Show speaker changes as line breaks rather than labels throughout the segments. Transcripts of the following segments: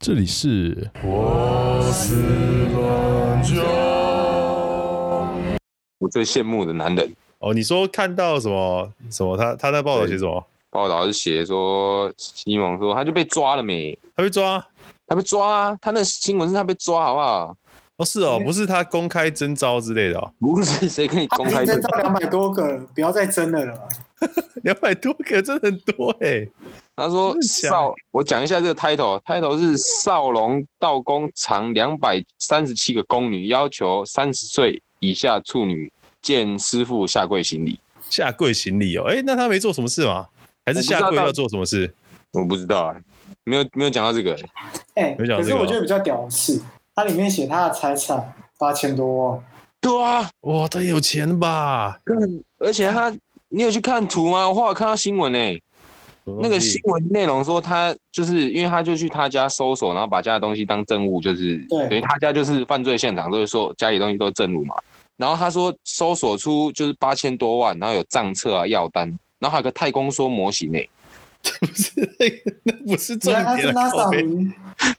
这里是
我最羡慕的男人。
哦，你说看到什么什么？他他在报道写什么？
报道是写说，西蒙说他就被抓了没？
他被抓？
他被抓啊！他那新闻是他被抓，好不好？
哦，是哦，不是他公开征召之类的哦，
不是谁可以
他
公
已
开
经
的
增到两百多个了，不要再争了了。
两百多个，真的很多哎、
他说
真的假的
少，我讲一下这个 title，title 是少龙道宫藏两百三十七个宫女，要求三十岁以下处女见师傅下跪行礼。
下跪行礼哦，哎、那他没做什么事吗？还是
我不知道
下跪
他
要做什么事？
我不知道、啊，没有没有讲到这个、
哎、
有讲
可
这
是
个啊
我
吗
觉得比较屌的是，它里面写他的财产八千多万，
对啊，
哇，他有钱吧？
而且他，你有去看图吗？我后来看到新闻诶、那个新闻内容说他就是因为他就去他家搜索，然后把家的东西当证物，就是
对
等于他家就是犯罪现场，所以说家里东西都是证物嘛。然后他说搜索出就是八千多万，然后有账册啊、药单，然后还有个太空梭模型欸诶、
不是那个， 那不是重
原来他
点了。
是
靠
NASA
北
名，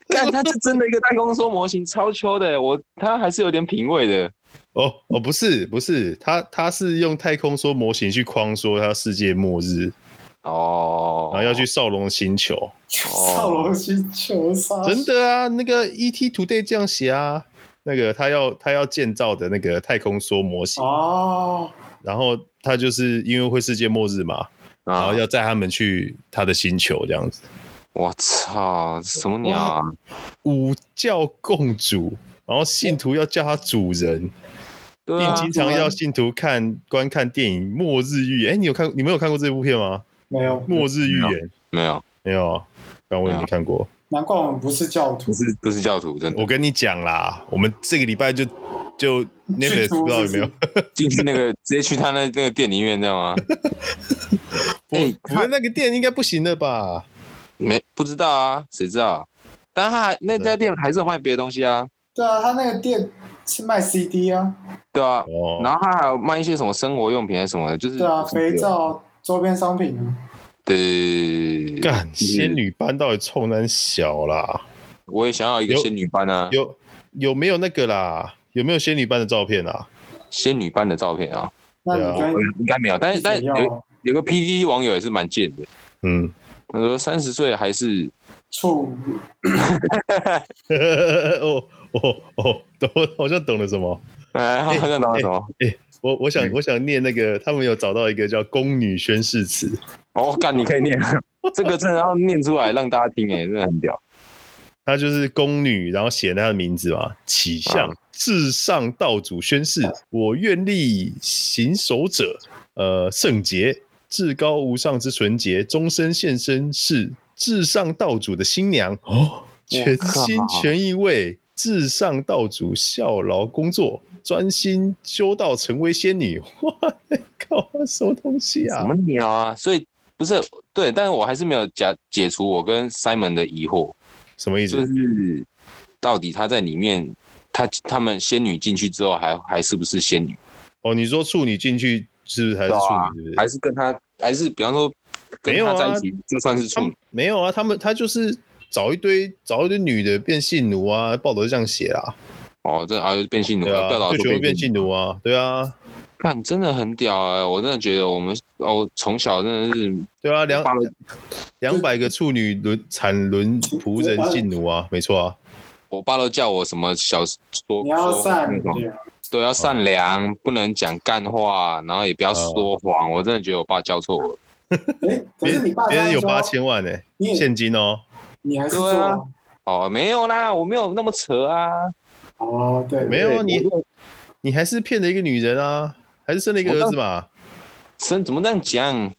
但他是真的一个太空梭模型，超秋的、欸，我他还是有点品味的。
哦哦，不是不是，他他是用太空梭模型去框说他世界末日，
哦，
然后要去少龙星球。
少龙星球
哦
杀
真的啊，那个 ET Today 这样写啊，那个他要他要建造的那个太空梭模型，
哦，
然后他就是因为会世界末日嘛，然
啊
后！要载他们去他的星球这样子。
我操，什么鸟啊！
五教共主，然后信徒要叫他主人，
对
并
啊，
经常要信徒看观看电影《末日预言》。哎，你有看你们有看过这部片吗？
没有
《，末日预言》
没有，
没有啊，刚我也没看过。
难怪我们不是教徒
不，是不是教徒，真的。
我跟你讲啦，我们这个礼拜就就 n e t f
去
l
租
不知道有
是
没有，
进去那个直接去他那那个店里面，知道吗？哎
我们那个店应该不行了吧？
没不知道啊，谁知道？但他还那家店还是有卖别的东西啊，
对啊，他那个店是卖 CD 啊，
对啊。
哦，
然后他还有卖一些什么生活用品还是什么的，就是
对啊，肥，皂周边商品啊，
对，
干
就是
仙，女班到底冲男小啦？
我也想要一个
有
仙女班啊，
有有没有那个啦？有没有仙女班的照片啊？
仙女班的照片啊，
那
对啊
你跟
应该没有，但是但
谁
是
要
有有个 P D 网友也是蛮贱的，
嗯，
他说三十岁还是
处女
哦哦哦，懂，好像懂了什么。
哎，他好像拿到什么？
我我
嗯
想我想念那个，他们有找到一个叫“宫女宣誓词
哦，干，你可 以念，这个真的要念出来让大家听，哎，真的很屌。”，
她就是宫女，然后写她的名字嘛，起向
啊
至上道主宣誓，我愿立行守者，呃，圣洁、至高无上之纯洁，终身献身是至上道主的新娘哦，全心全意为至上道主效劳工作，专心修道，成为仙女。哇，靠，什么东西啊？
什么鸟啊？所以不是对，但是我还是没有解解除我跟 Simon 的疑惑，
什么意思？
就是到底他在里面，他他们仙女进去之后还还是不是仙女？
哦，你说处女进去是不是还是
对
处
啊
女？是不是？
还是跟他还是比方说跟
没有
他
啊
在一起、就算是处
他们
女？
没有啊，他们他就是找一堆找一堆女的变性奴啊，报道是这样写啦，
哦，这啊又变性奴
对
了，
啊
报，道
就
说
全部变
性奴，
性奴啊，对啊，
看真的很屌哎、我真的觉得我们哦从小真的是
对啊，两
发了
两百个处女轮产轮仆人性奴啊，没错啊，
我爸都叫我什么小说
你要
说
善
那种
良，
对，要
哦
善良，不能讲干话，然后也不要说谎。我真的觉得我爸教错我了。
哎，可
别
是你
人
爸
别人有
说
八，千万呢，
你也
现金哦，
你还是
对啊
做
哦，没有啦，我没有那么扯啊。
哦，对，
没有啊，
对
你
我
你还是骗了一个女人啊，还是生了一个儿子嘛，
生怎么这样 讲？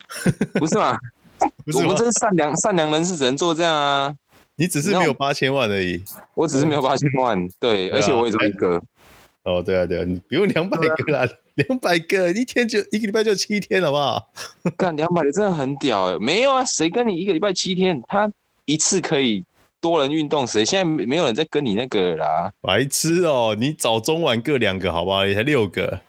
不是嘛？
不
我
是吗
们？这是善良善良人士只能做这样啊。
你只是没有八千万而已。
我只是没有八千万，对，
对啊
而且我也只有 一个。
哦，对啊，对啊，你不用两百个啦，两百个一天就一个礼拜就七天，好不好？
干两百的真的很屌哎、没有啊，谁跟你一个礼拜七天？他一次可以多人运动，谁现在没没有人在跟你那个了啦？
白痴哦、你早中晚各两个，好不好？也才六个，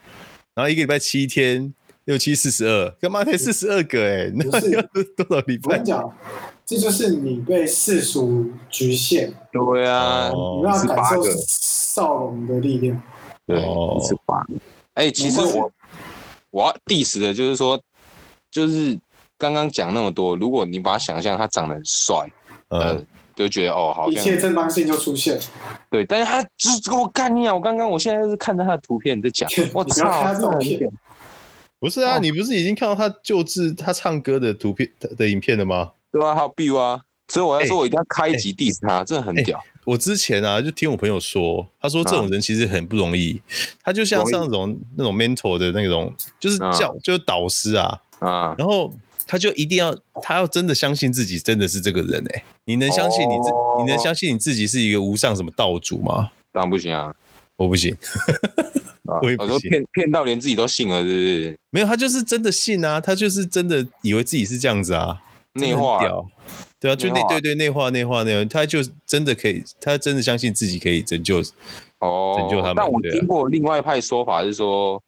然后一个礼拜七天，六七四十二，干嘛才四十二个哎、欸？
不
那
是
要 多少礼
我跟
拜
你？讲，这就是你被世俗局限，
对啊，
哦
你让
是
他感
八
受
个
少龙的力量。
对，
哦
一次八个。哎，其实我我要 diss 的就是说，就是刚刚讲那么多，如果你把他想象他长得很帅，呃
嗯，，
就觉得哦，好
一
像
切正当性就出现。
对，但是他就是跟我干你啊！我刚刚我现在就是看着他的图片在讲
你，
我
不要
操，
看他这种
少
片
龙
不是啊，
哦
你不是已经看到他就是他唱歌的图片的的影片了吗？
对啊，还有 B 啊，所以我要说，
哎
我一定要开一集 diss 他，真的很
哎
屌。
我之前啊，就听我朋友说，他说这种人其实很不容易，他就像
啊容易
上那种那种 mentor 的那种，就是
啊
教、就是导师啊，
啊，
然后他就一定要，他要真的相信自己真的是这个人哎、你能相信你自、
哦
你能相信你自己是一个无上什么道主吗？
当然不行啊！
我不行，
啊
我也不
我说
信
骗骗到连自己都信了，是不是？
没有，他就是真的信啊，他就是真的以为自己是这样子啊，
内
真的
化
很屌，对啊，就
内
内
化
对对内化内化内化，他就真的可以，他真的相信自己可以拯救，
哦，
拯救他们
但我
对啊
听过另外一派说法是说，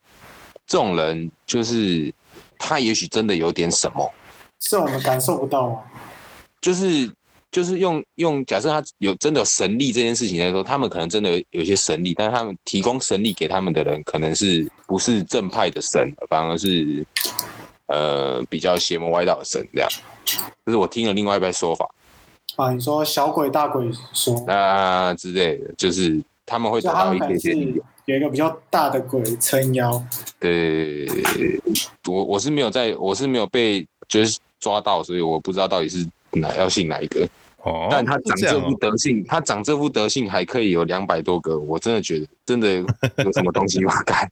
这种人就是他也许真的有点什么，
是我们感受不到啊，
就是就是用用假设他有真的有神力这件事情来说，他们可能真的有有一些神力，但是他们提供神力给他们的人，可能是不是正派的神，反而是呃比较邪魔歪道的神这样。这是我听了另外一派说法
啊，你说小鬼大鬼说，
啊、之类的，就是他们会
就
得
啊他
到
们
一
可
些
能
些
是
力量。
有一个比较大的鬼撑腰，
对，呃我我是没有在，我是没有被就是抓到，所以我不知道到底是哪要信哪一个。
哦，
但他长
是这样
这
哦
副德性，他长这副德性还可以有两百多个，我真的觉得真的有什么东西 要改？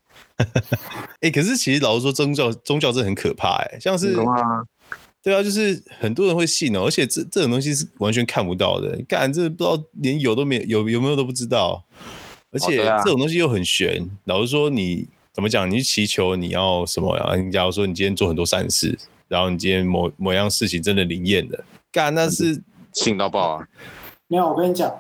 哎、可是其实老实说，宗教宗教真的很可怕哎、像是
有吗？
对啊，就是很多人会信哦、而且这这种东西是完全看不到的，干这不知道连有都没有有有没有都不知道，而且
对啊
这种东西又很悬。老实说你，怎么讲？你去祈求你要什么呀？你假如说你今天做很多善事，然后你今天某某样事情真的灵验了，干那是
信到爆啊！
没有，我跟你讲，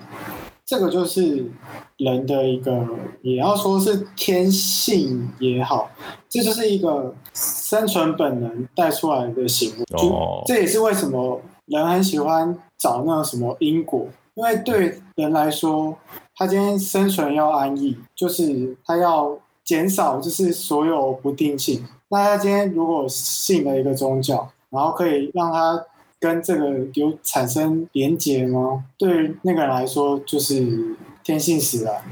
这个就是人的一个，也要说是天性也好，这就是一个生存本能带出来的行为。
哦
就这也是为什么人很喜欢找那种什么因果，因为对人来说，他今天生存要安逸，就是他要减少就是所有不定性。那他今天如果信了一个宗教，然后可以让他跟这个有产生连结吗？对于那个人来说，就是天性使然。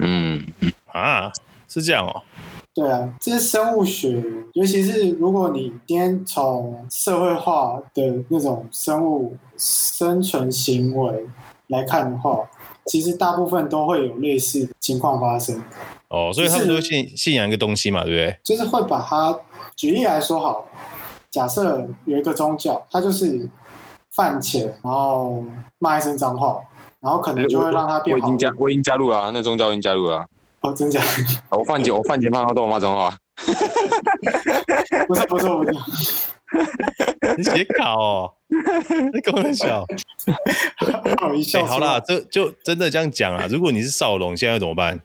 嗯，
啊，是这样哦、
对啊，这是生物学，尤其是如果你今天从社会化的那种生物生存行为来看的话，其实大部分都会有类似的情况发生，
哦，所以他们
只
都
是
信信仰一个东西嘛，对不对？
就是会把它举例来说好了，假设有一个宗教，它就是饭钱，然后骂一声脏话，然后可能就会让它
哎我
变
已
好。
经加，我已经加入了、啊，那宗教已经加入了啊、
哦，真假？
我饭前我饭前骂到我骂脏话，
不是不是，我们
你写考哦，那跟我笑。
我一
哎、
笑。
好啦，，这就真的这样讲啊。如果你是少龙，现在怎么办？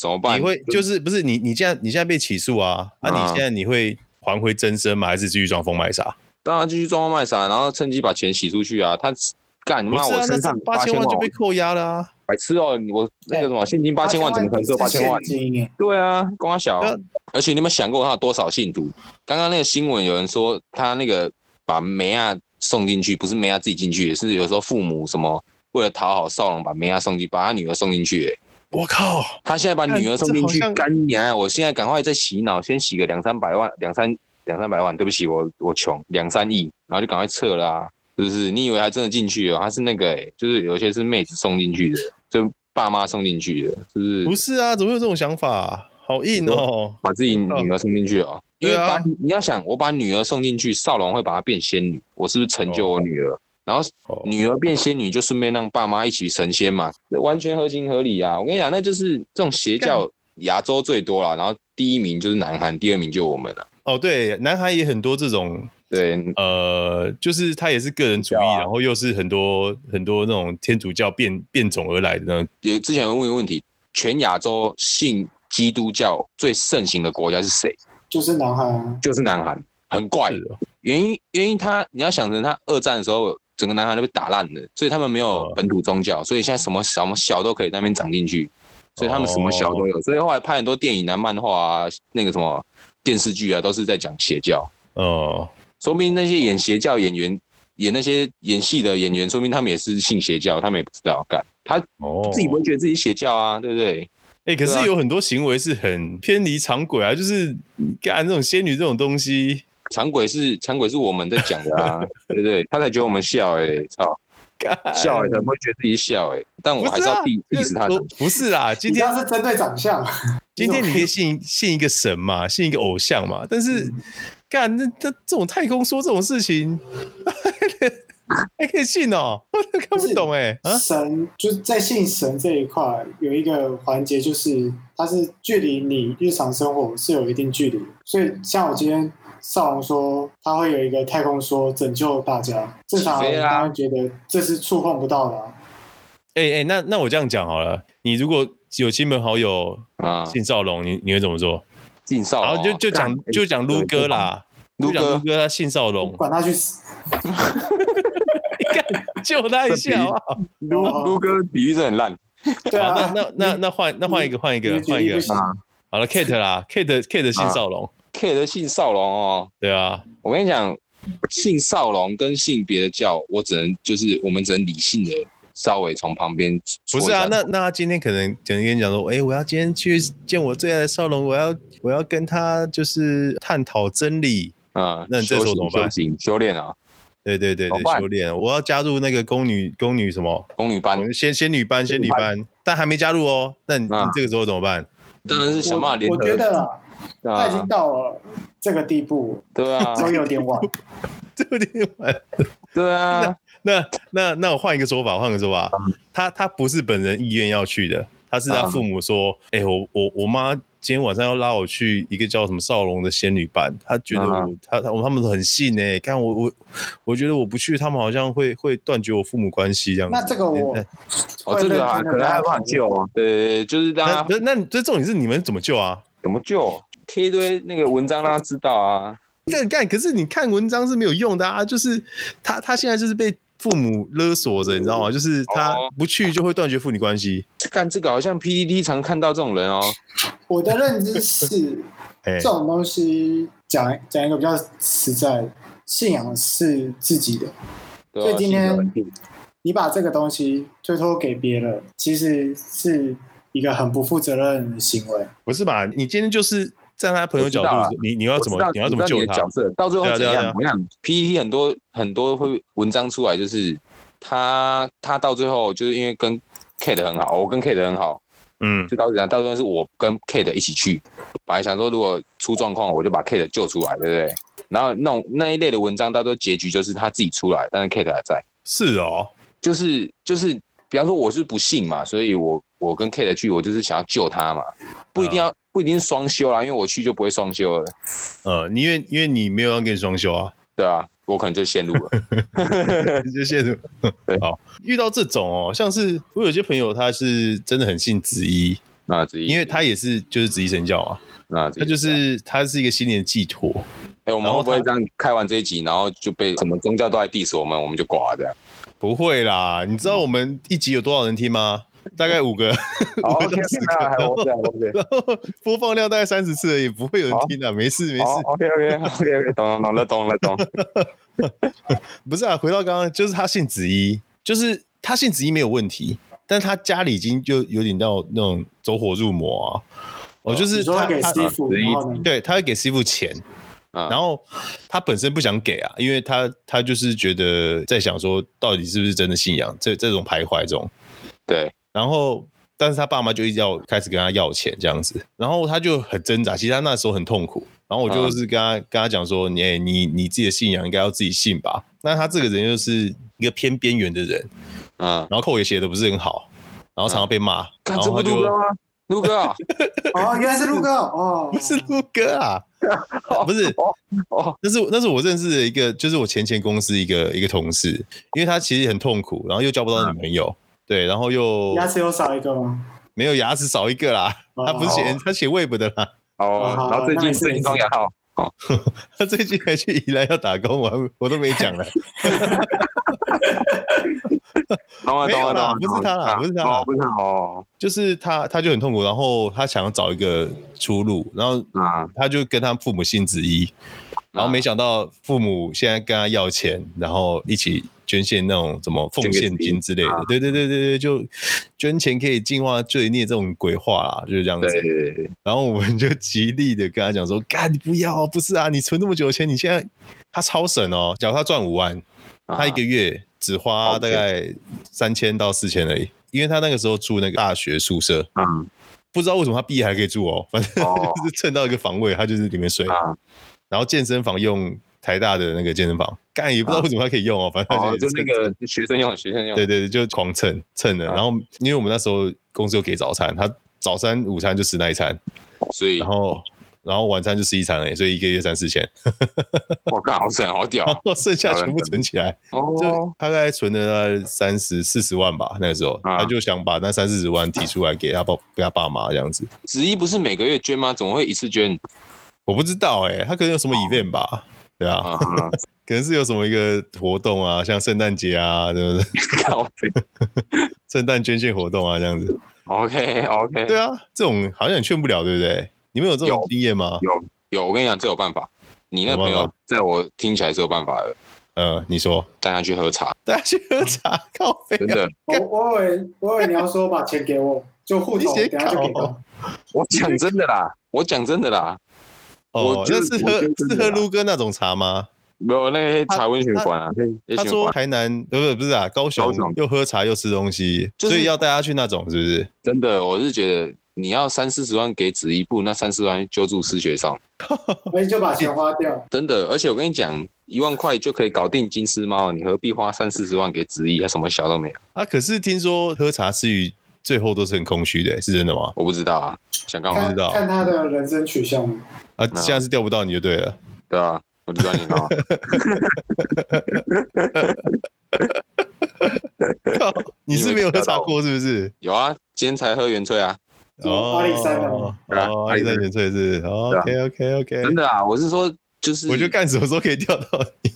怎么办？
你会就是不是你你现在你现在被起诉啊？啊，
啊
你现在你会还回真身吗？还是继续装疯卖傻？
当然继续装疯卖傻，然后趁机把钱洗出去啊！他干你
不
妈
是啊
我，
那
身上
是八
千哦
千万就被扣押了啊。
白痴哦！你我那个什么现金八千万怎么可能只有八千万？
现金欸耶
对啊，光小
对啊。
而且你有没有想过他有多少信徒？刚刚那个新闻有人说他那个把梅亚送进去，不是梅亚自己进去，是有时候父母什么为了讨好少龙把梅亚送进，把他女儿送进去、欸。
我靠！
他现在把女儿送进
看
去
这好像，
干娘！我现在赶快再洗脑，先洗个两三百万，两三两三百万，对不起，我我穷，两三亿，然后就赶快撤啦、是不是？你以为他真的进去了？他是那个、欸，就是有些是妹子送进去的，就爸妈送进去的，是不是？
不是啊，怎么会有这种想法、啊好硬哦！
把自己女儿送进去哦，因
对
为
啊
把你要想，我把女儿送进去，少龙会把她变仙女，我是不是成就我女儿？然后
哦
女儿变仙女，就顺便让爸妈一起成仙嘛，这完全合情合理啊！我跟你讲，那就是这种邪教亚洲最多啦，然后第一名就是南韩，第二名就我们了。
哦，对，南韩也很多这种，
对，
呃，就是他也是个人主义，
对啊
然后又是很多很多那种天主教变变种而来的那种。
也之前有问一个问题，全亚洲信基督教最盛行的国家是谁？
就是南韩啊，
就是南韩，很怪。
是哦
原因原因他你要想着他二战的时候，整个南韩都被打烂了，所以他们没有
嗯
本土宗教，所以现在什么什么小都可以在那边长进去，所以他们什么小都有，所以后来拍很多电影啊、漫画啊、那个什么电视剧啊，都是在讲邪教。
哦，
说明那些演邪教演员。演那些演戏的演员，说明他们也是信邪教，他们也不知道干，他
哦，
自己不会觉得自己邪教啊，对不对？
哎、可
对啊
是有很多行为是很偏离常轨啊，就是你干这种仙女这种东西，
长鬼是长鬼是我们在讲的啊，对不对？他才觉得我们笑哎、操
干
笑哎、欸，怎么会觉得自己笑哎、但 我
不
还
是
是
啊
要 diss diss 他
呃不是啦， 今
你这
天
样是针对长相，
今天你可以
嗯
信信一个神嘛，信一个偶像嘛，但是干那这这种太空说这种事情， 还可以信哦，我都看不懂哎、啊，
神就是在信神这一块有一个环节，就是它是距离你日常生活是有一定距离，所以像我今天少龙说他会有一个太空说拯救大家，正常
起飞
人
啦
当然觉得这是触碰不到的、 啊，
哎哎、那那我这样讲好了，你如果有亲朋好友
啊，
信少龙，你你会怎么做？
进少龙啊，
然后就就讲
干哎
就讲
对
撸哥
对
啦，
撸
就讲撸
哥，
哥他信少龙，
管他去死。
救他一下好不好？
如
撸
何？
哥比喻是很烂
对
好，
啊，
那那那那换那换一个换一个
你举
换一
例
个
不，行
啊
好了，Kate 啦，Kate Kate 信少龙，
，K 的姓少龙哦，
对啊，
我跟你讲，姓少龙跟姓别的教，我只能就是我们只能理性的稍微从旁边
不
说一
是啊
下，
那那他今天可能可能跟你讲说，哎，我要今天去见我最爱的少龙，我要我要跟他就是探讨真理，
啊，
那你这时候怎么办
修行修炼啊，
对对对
怎么
对，
办啊
修炼，啊我要加入那个宫女宫女什么
宫女班
仙仙女班仙女班，但还没加入哦，那你你
啊
这个时候怎么办？
当然是想办法啊联
我
合
我觉得啦，他
啊
已经，到了这个地步，
对 啊，
都有点 晚。
这有点晚。
对啊，
那那那我换一个说法，换个说法，他他不是本人意愿要去的，他是他
嗯
父母说，哎、我我我妈今天晚上要拉我去一个叫什么少龙的仙女班，她觉得我
嗯
她她他们都很信哎、看我我我觉得我不去，他们好像会会断绝我父母关系这样子。
那这个我
哎
哦，这个啊，
会认真地
可能还
来
有办法
考虑
救哦。对对对，就是让
那
他
那那这重点是你们怎么救啊？
怎么救，贴一堆那个文章让他知道啊。
这干，可是你看文章是没有用的啊，就是他他现在就是被父母勒索着，你知道吗？就是他
哦
不去就会断绝父女关系。
干这个好像 PPT 常看到这种人哦。
我的认知是，
哎、
这种东西讲讲一个比较实在的，信仰是自己的。
对
所
啊
以今天
信者
你把这个东西推脱给别人，其实是一个很不负责任的行为。
不是吧？你今天就是站在他朋友角
我知道啊
度，你你要怎
我
么
知道
你要怎么
我知道
救
你的
他
角？色到最后
对啊
怎
对啊对
样
啊？
我想 PPT 很多很多会文章出来，就是他他到最后就是因为跟 Kate 很好，我跟 Kate 很好，
嗯，
就到这样，到最后是我跟 Kate 一起去，本来想说如果出状况，我就把 Kate 救出来，对不对？然后那种那一类的文章，到最后结局就是他自己出来，但是 Kate 还在。
是哦，
就是就是，比方说我是不信嘛，所以我我跟 K 的去，我就是想要救他嘛，不一定
嗯
要、不一定是双休啦，因为我去就不会双休了，
呃，你因为因为你没有要跟你双休 啊，
对啊，我可能就陷入了，
就现在
对
好遇到这种哦，像是我有些朋友他是真的很信子衣，
那自己，
因为他也是就是子衣神教嘛，
那自己
他就是他是一个心灵的寄托。
哎、我们
然后
会不会
他
这样开完这一集，然后就被什么宗教都来 diss 我们，我们就挂 了这样？
不会啦，你知道我们一集有多少人听吗？大概五个， 五个
好哦，OK，
到四个，
那还
然后
OK OK
然后播放量大概三十次而已，不会有人
好
听的，没事没事
好。，OK OK OK OK，懂懂懂了懂了懂，
不是啊，回到刚刚，就是他姓子怡，就是他姓子怡没有问题，但他家里已经就有点到那种走火入魔啊。哦，就
你
是
说
他
他给
他
师傅，
子怡
然后呢？
对，他会给师傅钱，
嗯
然后他本身不想给啊，因为他他就是觉得在想说，到底是不是真的信仰这这种徘徊中，
嗯对，
然后。但是他爸妈就一直要开始跟他要钱这样子，然后他就很挣扎。其实他那时候很痛苦，然后我
嗯
就是跟他、跟他讲说，你、哎你你自己的信仰应该要自己信吧。那他这个人又是一个偏边缘的人，
嗯，
然后扣也写的不是很好，然后常常被骂，然
看嗯这
后
不
他就
陆哥吗？陆哥啊，
哦，原来是陆哥 哦，
不 是陆哥啊，不是
哦，
那是那是我认识的一个，就是我前前公司一个一个同事，因为他其实很痛苦，然后又交不到女朋
嗯
友，对，然后又
牙齿有少一个吗？
没有牙齿少一个啦，
哦
他不是写他写 Web 的啦，
哦，然后最
那没
近
事
最近庄雅浩，
他最近还去宜兰要打工，我还我都没讲了。 没有啦
懂了懂了懂了，
不是他啦
啊
不是他啦
哦不是他哦，
就是他，他就很痛苦，然后他想要找一个出路，然后
啊，
他就跟他父母信子一，然后没想到父母现在跟他要钱，然后一起捐献那种什么奉献金之类的
啊，
对对对对对，就捐钱可以净化罪孽这种鬼话啦，就是这样子
对。对对对，
然后我们就极力的跟他讲说，干你不要啊，不是啊，你存那么久的钱，你现在他超省哦，假如他赚五万，
啊
他一个月只花大概三千到四千而已，因为他那个时候住那个大学宿舍，
嗯
不知道为什么他毕业还可以住哦，反 正
哦
就是蹭到一个房位，他就是里面睡。
啊，
然后健身房用台大的那个健身房，干也不知道为什么他可以用哦，反正他
哦，就那
蹭
个学生用的学生用的，
对对对，就狂蹭蹭的。
啊
然后因为我们那时候公司有给早餐，他早餐午餐就吃那一餐，
所以
然后然后晚餐就吃一餐而已，所以一个月三四千，
我靠，好省好 屌
然后剩下全部存起来，
哦
就，大概存了三十四十万吧。那个时候
啊
他就想把那三四十万提出来给他爸给他爸妈这样子，
子怡不是每个月捐吗？怎么会一次捐？
我不知道哎，他可能有什么 event 吧。对啊，
哦啊，哈
可能是有什么一个活动啊，像圣诞节啊，对不对？
靠北
圣诞捐献活动啊，这样子。
，OK OK，
对啊，这种好像也劝不了，对不对？你们有这种
有
经验吗？
有有，我跟你讲，这有办法。你那个朋
有办
友在我听起来是有办法的，
呃，你说
带他去喝茶，
大家去喝茶，靠背
嗯真
啊，
的，
我我以为我以为你要说把钱给我，就户头
你写
等下就给
稿
他。
我讲真的啦，我讲真的啦，
哦
我，觉
那
得
是
我
喝
觉得真
是
的
喝
啦
卢哥那种茶吗？
没有那些
他
茶温血管啊，那
他
些血
说
管
台南不是不是啊，高雄
高雄
又喝茶又吃东西，
就是
所以要带他去那种是不是？
真的，我是觉得你要三四十万给子怡部，那三四十万揪住失学上，
所以就把钱花 掉。
真的，而且我跟你讲，一万块就可以搞定金丝猫，你何必花三四十万给子怡？他什么小都没有，
啊，可是听说喝茶吃鱼最后都是很空虚的，是真的吗？
我不知道啊，想干嘛
知
看？
道
看他的人生取向嘛。
啊，
那
现在是钓不到你就对 了。
对啊，我就知道 你干嘛，
靠你是没有喝茶过是不是？
有啊，今天才喝原萃啊，
就阿里山的嘛，
对啊
哦，
阿
阿里
里
山
山
原萃是，OK OK OK，
真的啊，我是说就是，
哎我就干什么时候可以钓到你？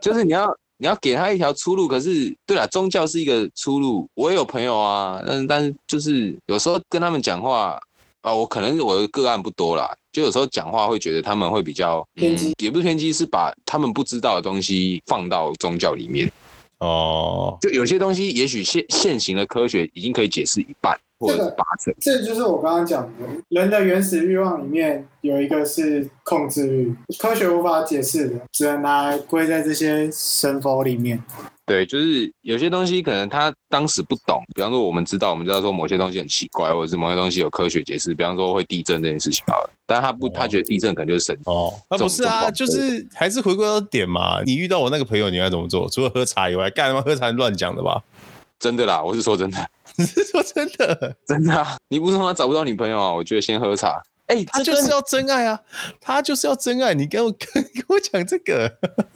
就是你要你要给他一条出路，可是对啦，宗教是一个出路。我也有朋友啊，但但是就是有时候跟他们讲话啊，我可能我的个案不多啦，就有时候讲话会觉得他们会比较
偏激，
也不是偏激，是把他们不知道的东西放到宗教里面。
哦，
就有些东西，也许现现行的科学已经可以解释一半或者是八成。
这就是我刚刚讲的，人的原始欲望里面有一个是控制欲，科学无法解释的，只能拿来归在这些神佛里面。
对，就是有些东西可能他当时不懂，比方说我们知道，我们知道说某些东西很奇怪，或者是某些东西有科学解释，比方说会地震这件事情好了，但他不，
哦
他觉得地震可能就是神
哦，啊不是啊，
这
就
种状况
是还是回归到点嘛。你遇到我那个朋友，你要怎么做？除了喝茶以外，干什么喝茶乱讲的吧？
真的啦，我是说真的，
你是说真的？
真的啊！你不是说他找不到女朋友啊？我觉得先喝茶。哎、
他
他就
就是
是
要真爱啊，他就是要真爱。你跟我 跟跟我讲这个，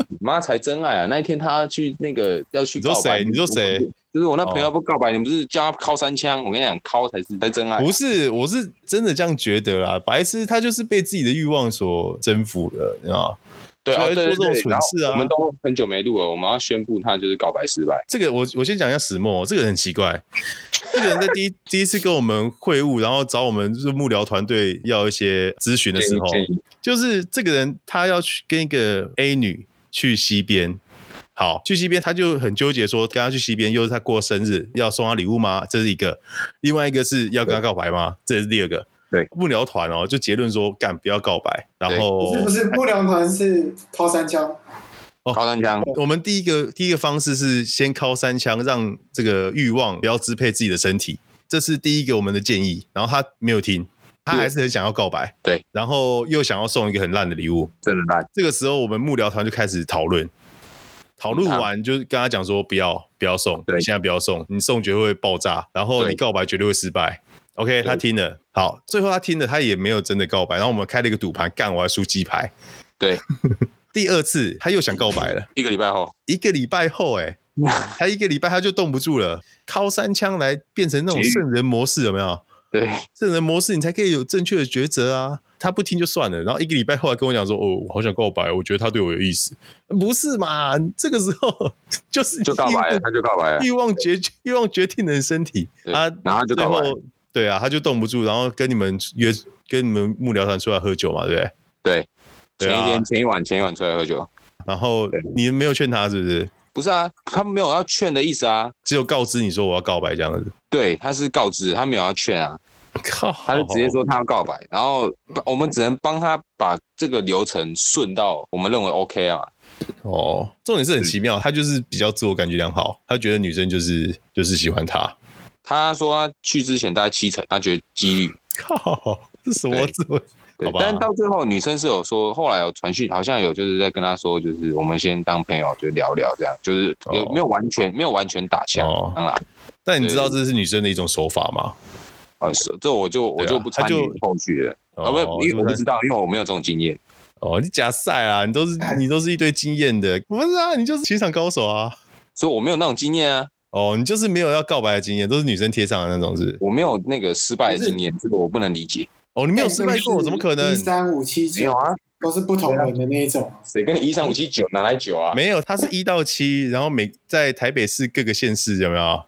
你妈才真爱啊！那一天他去那个要去
你说
告白，
谁你说谁？哦
就是我那朋友不告白，你不是叫他敲三枪？我跟你讲，敲才是才真爱。啊
不是，我是真的这样觉得啦。白痴，他就是被自己的欲望所征服了，你知道吗？
对啊，
所以
对对
做这种
对
蠢
然后
事啊
我们都很久没录了，我们要宣布他就是告白失败。
这个我我先讲一下石墨，这个人很奇怪，这个人在第一 第一次跟我们会晤，然后找我们就是幕僚团队要一些咨询的时候，
建议建议
就是这个人他要去跟一个 A 女去西边，好去西边他就很纠结说跟她去西边，又是他过生日要送她礼物吗？这是一个，另外一个是要跟她告白吗？这是第二个。
对
幕僚团哦，就结论说干不要告白，然
对
后
不是不是，不良团是掏三枪，
敲三枪，
我们第一个第一个方式是先敲三枪，让这个欲望不要支配自己的身体，这是第一个我们的建议。然后他没有听，他还是很想要告白，
对，
然后又想要送一个很烂的礼物。
真的烂。
这个时候，我们幕僚团就开始讨论，讨论完就跟他讲说，不要不要送，
嗯对
你现在不要送，你送绝对会爆炸，然后
对
你告白绝对会失败。OK，他听了，好，最后他听了，他也没有真的告白，然后我们开了一个赌盘，干，我还输鸡排。
对，
第二次他又想告白了。
一个礼拜后，
一个礼拜后、 欸，哎，他一个礼拜他就冻不住了，敲三枪来变成那种
绝育
圣人模式，有没有？
对，
圣人模式，你才可以有正确的抉择啊。他不听就算了，然后一个礼拜后来跟我讲说，哦，我好想告白，我觉得他对我有意思，不是嘛？这个时候就是
就告白
欲
了，
望
他就告白了，
欲望决欲望决定人身体
对
啊，
然后他就
最
告白了，
后对啊，他就冻不住，然后跟你们约跟你们幕僚团出来喝酒嘛，对不对？
对，
对
前
啊
一天、前一晚、前一晚出来喝酒，
然后
对
你没有劝他，是不是？
不是啊，他没有要劝的意思啊，
只有告知你说我要告白这样子，
对，他是告知，他没有要劝啊，
靠，
他就直接说他要告白，然后我们只能帮他把这个流程顺到我们认为 OK 啊，
哦，重点是很奇妙，他就是比较自我感觉良好，他觉得女生就是就是喜欢他，
他说他去之前大概七成，他觉得几率。
靠，这什么
对
自我？
对
好吧，
但到最后女生是有说，后来有传讯，好像有就是在跟他说，就是我们先当朋友，就聊聊这样，就是有、
哦
没有完全没有完全打枪，啊
哦
当然，
但你知道这是女生的一种手法吗？
呃，是这我就我
对啊
就不参
他
与
就
后续了，啊，
哦
不，因为我不知道，因为我没有这种经验，
哦，你假赛啊，你都 是你都是一堆经验的，不是啊，你就是情场高手啊。
所以我没有那种经验啊，
哦，你就是没有要告白的经验，都是女生贴上的那种，是不是？
我没有那个失败的经验，这个我不能理解。
哦，你没有失败过，怎么可能
哎一？三五七九
啊，
都是不同人的那一种，
谁跟你一三五七九哪来九啊？
没有，他是一到七，然后每在台北市各个县市有没有？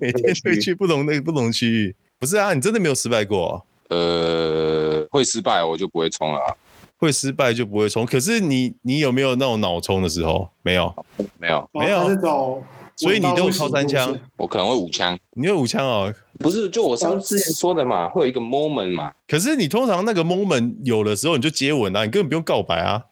每天会去不同的不同区域。不是啊，你真的没有失败过、
呃，会失败我就不会冲了、啊，
会失败就不会冲。可是你你有没有那种脑冲的时候？没有，
没有，
然后
没有
哦他是走，
所以你都有超三枪
路线，
我可能会五枪，
你有五枪哦。
不是就我上之前说的嘛，会有一个 moment 嘛，
可是你通常那个 moment 有的时候你就接吻啊，你根本不用告白啊。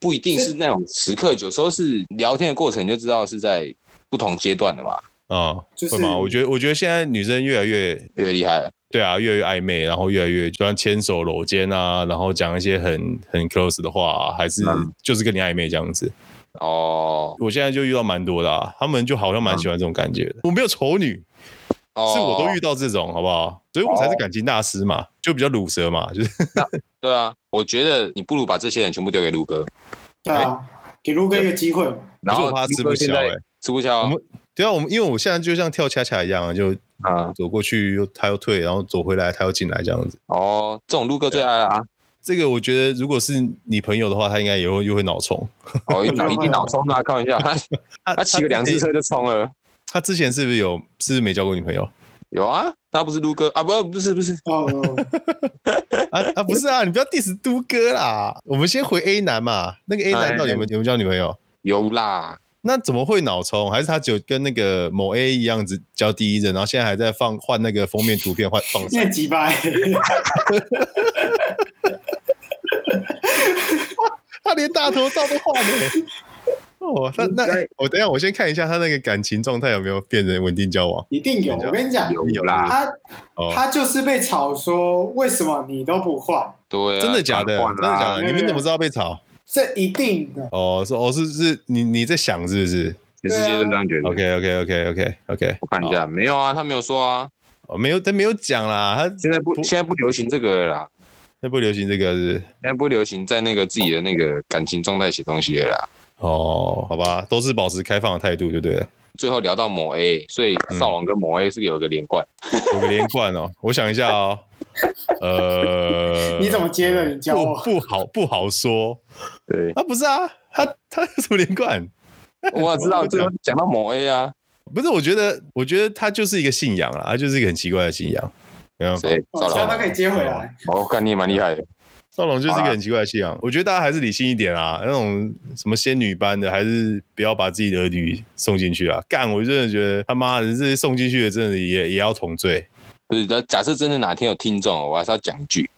不一定是那种时刻，有时候是聊天的过程你就知道是在不同阶段的嘛，
啊、
就是
会吗？我觉得我觉得现在女生越来越
越厉害了。
对啊，越来越暧昧，然后越来越就像牵手搂肩啊，然后讲一些很很 close 的话、啊，还是
嗯
就是跟你暧昧这样子。
哦
我现在就遇到蛮多的、啊，他们就好像蛮喜欢这种感觉的。我没有丑女，
哦，
是我都遇到这种，好不好？所以我才是感情大师嘛，就比较卤舌嘛，就是
对啊，我觉得你不如把这些人全部丢给陆哥，
对啊，
哎
给陆哥一个机会嘛，
然
可
后
是我怕他吃
陆
不
哥
消
现在
欸
吃不消
我们对啊，我们因为我现在就像跳恰恰一样啊，就
啊。
走过去又他又退，然后走回来他又进来这样子。
哦，这种陆哥最爱了啊，
这个我觉得，如果是你朋友的话，他应该也会又会脑冲。
哦，一脑一定脑冲啊，开玩笑，他
啊他
他骑个两次，车就冲 了。
他之前是不是有是不是没交过女朋友
有啊，他不是陆哥啊，不不是不是，
哦，
啊啊？不是啊，你不要 diss 都哥啦。我们先回 A 男嘛，那个 A
啊
男到底有没
哎
有有没有交女朋友？
有啦，
那怎么会脑冲？还是他只有跟那个某 A 一样只交第一任，然后现在还在放换那个封面图片换放 闪
那几百，
他连大头照都换了、 哦，那那
应该
哎我等一下，我先看一下他那个感情状态有没有变成稳定交往。
一定有。我跟你讲，
有有啦，
他
哦，
他就是被炒说为什么你都不换，
对啊，
真的假的？
换啊
真的
啦
假的？
对
你们怎么知道被炒？
这一定的。
哦，是哦，是是，你你在想是不是
全世界都这样觉得。
？OK OK OK OK OK，
我看一下，没有啊，他没有说啊，
哦，没有，他没有讲啦，他
现在不
不
现在不流行这个了啦。
他不流行这个是不是
现在不流行在那个自己的那个感情状态写东西了啦。
哦，好吧，都是保持开放的态度就对了。
最后聊到某 A，所以
嗯
少龙跟某 A 是有一个连贯。
有个连贯哦， 我想一下哦，呃，
你怎么接的？你教
不
我。
不好不好说
对，
啊，不是啊，他他有什么连贯？
我知道最后讲到某 A 啊，
不是，我觉得，我觉得他就是一个信仰啦，他就是一个很奇怪的信仰。没办法，
谁？
哦
少
希望他
龙，
可以接回来。
哦，看你也蛮厉害的。
少龙就是一个很奇怪的信仰。我觉得大家还是理性一点啊，那种什么仙女班的，还是不要把自己的儿女送进去啊。干，我真的觉得他妈的这些送进去的，真的也也要同罪。
不是，那假设真的哪天有听众哦，我还是要讲一句，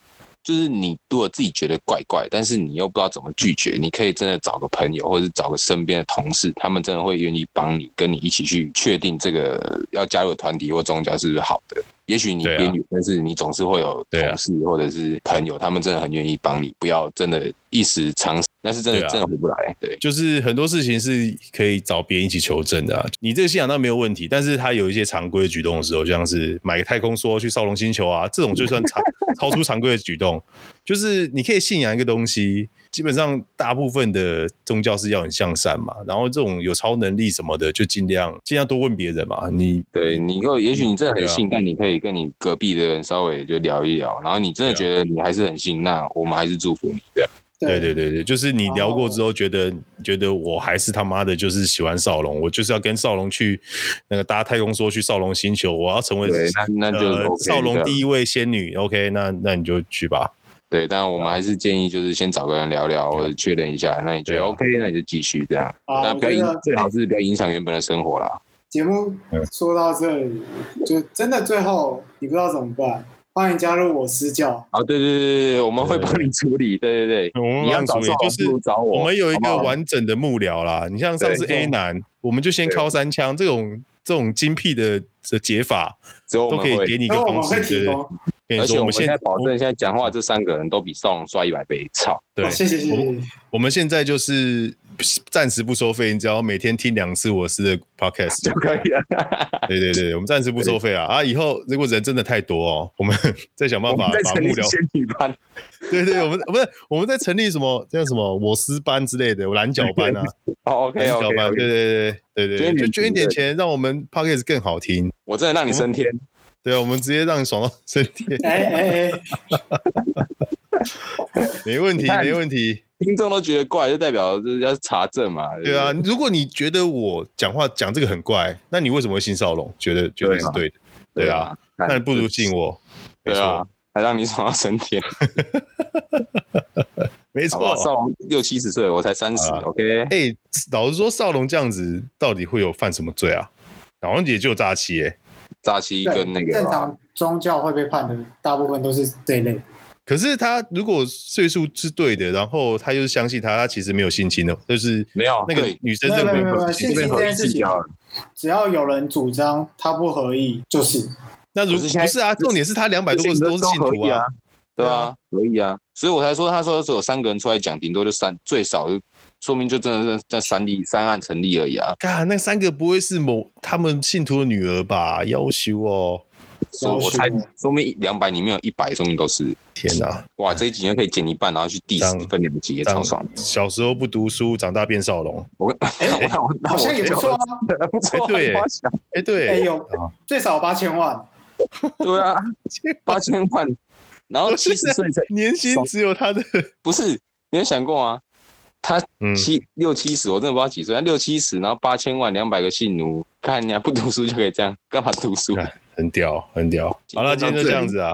就是你如果自己觉得怪怪，但是你又不知道怎么拒绝，你可以真的找个朋友，或者是找个身边的同事，他们真的会愿意帮你，跟你一起去确定这个要加入的团体或宗教是不是好的。也许你
对啊
边缘，但是你总是会有
对啊
同事或者是朋友，他们真的很愿意帮你，不要真的一时尝试，但是真的、
对啊
真的回不来。对，
就是很多事情是可以找别人一起求证的、啊。你这个信仰当然没有问题，但是他有一些常规的举动 的时候，像是买个太空梭去少龙星球啊，这种就算常超出常规的举动，就是你可以信仰一个东西，基本上大部分的宗教是要你向善嘛，然后这种有超能力什么的，就尽量尽量多问别人嘛。你
对你够，也许你真的
嗯对
很
啊
信，但你可以跟你隔壁的人稍微就聊一聊，然后你真的
对啊
觉得你还是很信，那我们还是祝福你这样。
对对对对，就是你聊过
哦
之后，觉得、觉得我还是他妈的，就是喜欢少龙，我就是要跟少龙去那个搭太空梭去少龙星球，我要成为
对，那那就
呃
OK 啊的。
少龙第一位仙女。OK，那那你就去吧。
对，但我
啊
们还是建议就是先找个人聊聊，或者确认一下。那你觉得
对啊
OK，那你就继续这样。
好
那
我
不要
觉
影
得，
最好是不要影响原本的生活啦。
节目
嗯
说到这里，就真的最后你不知道怎么办，欢迎加入我私教。
啊，对对对对对，我们会
对
帮你处理。对对
我
对，
们
你要
帮
找
你处理，
少
就
龙
是
不如找我。
我们有一个
好不好
完整的幕僚啦。你像上次
对
A 男，我们就先
对
敲三枪，这种这种精辟的的解法
只有我
都
们
可以
会，
给你一个
然后我
方式
们会，提
对
供，
跟你
而且
说，
我
们
们现
现
在保证，现在讲话这三个人都比少龙帅一百倍， 操！
对
哦，谢谢谢谢，
我们现在就是暂时不收费，你只要每天听两次我是的 podcast 就
可以了。
对对对，我们暂时不收费啊啊！以后如果人真的太多哦，我们 再想办
我
法
们在
把
成立
幕僚。
仙女班，
对对，我们不是我们在成立什么叫什么我司班之类的，我蓝角班啊，
哦，OK
蓝角
OK，
班，对对对对对，
捐点
对就捐一点
钱
钱，让我们 podcast 更好听。
我真的让你
嗯
升天。
对啊，我们直接让你爽到 升天，
哎哎哎，
没问题，
你看
没问题。
听众都觉得怪，就代表就是要查证嘛。
对啊，如果你觉得我讲话讲这个很怪，那你为什么会信少龙？觉得觉得
对啊
是对的，对啊，，那你不如信我。没
哎对啊
错，，
还让你爽到升天。
没
好吧，
错。
少龙六七十岁，我才三十
好啊
，OK。
哎，老实说，少龙这样子到底会有犯什么罪啊？好像也就诈欺哎。
诈欺跟那个啊
正
吧，
常宗教会被判的大部分都是这一类，
可是他如果岁数是对的，然后他又是相信他，他其实没有性侵的，就是
没有
那个
哦对
女生认为
没有没有
没
没
有
有
性
性
被
侵
合
侵。
议
这件事
弃
情
掉了。
只要有人主张他不合意，就是
那如
可是现在
不是啊？重点是他两百多个都是信
合
徒
意
啊
啊。，对啊，合意啊，所以我才说，他说只有三个人出来讲，顶多就三，最少就说明就真的是在三例三案成立而已啊，
干，那三个不会是某他们信徒的女儿吧？要求哦，
所以我猜说明两百里面有一百，说明都是
天哪！
哇，这一集就可以减一半，然后去第
当
十分两集，也超爽的。
小时候不读书，长大变少龙。
我跟我我那
好
我
像也不错啊，
不错
哎
啊，
对
我想
哎，
哎
对，
有最少八千万，
对啊，八千万，然后七十岁才
年薪只有他的，
不是，你有想过吗？他
嗯，
七六七十，我真的不知道几岁，他六七十，然后八千万两百个性奴，看人家不读书就可以这样，干嘛读书？
哎很屌，很屌。好了，今天就这样子啊，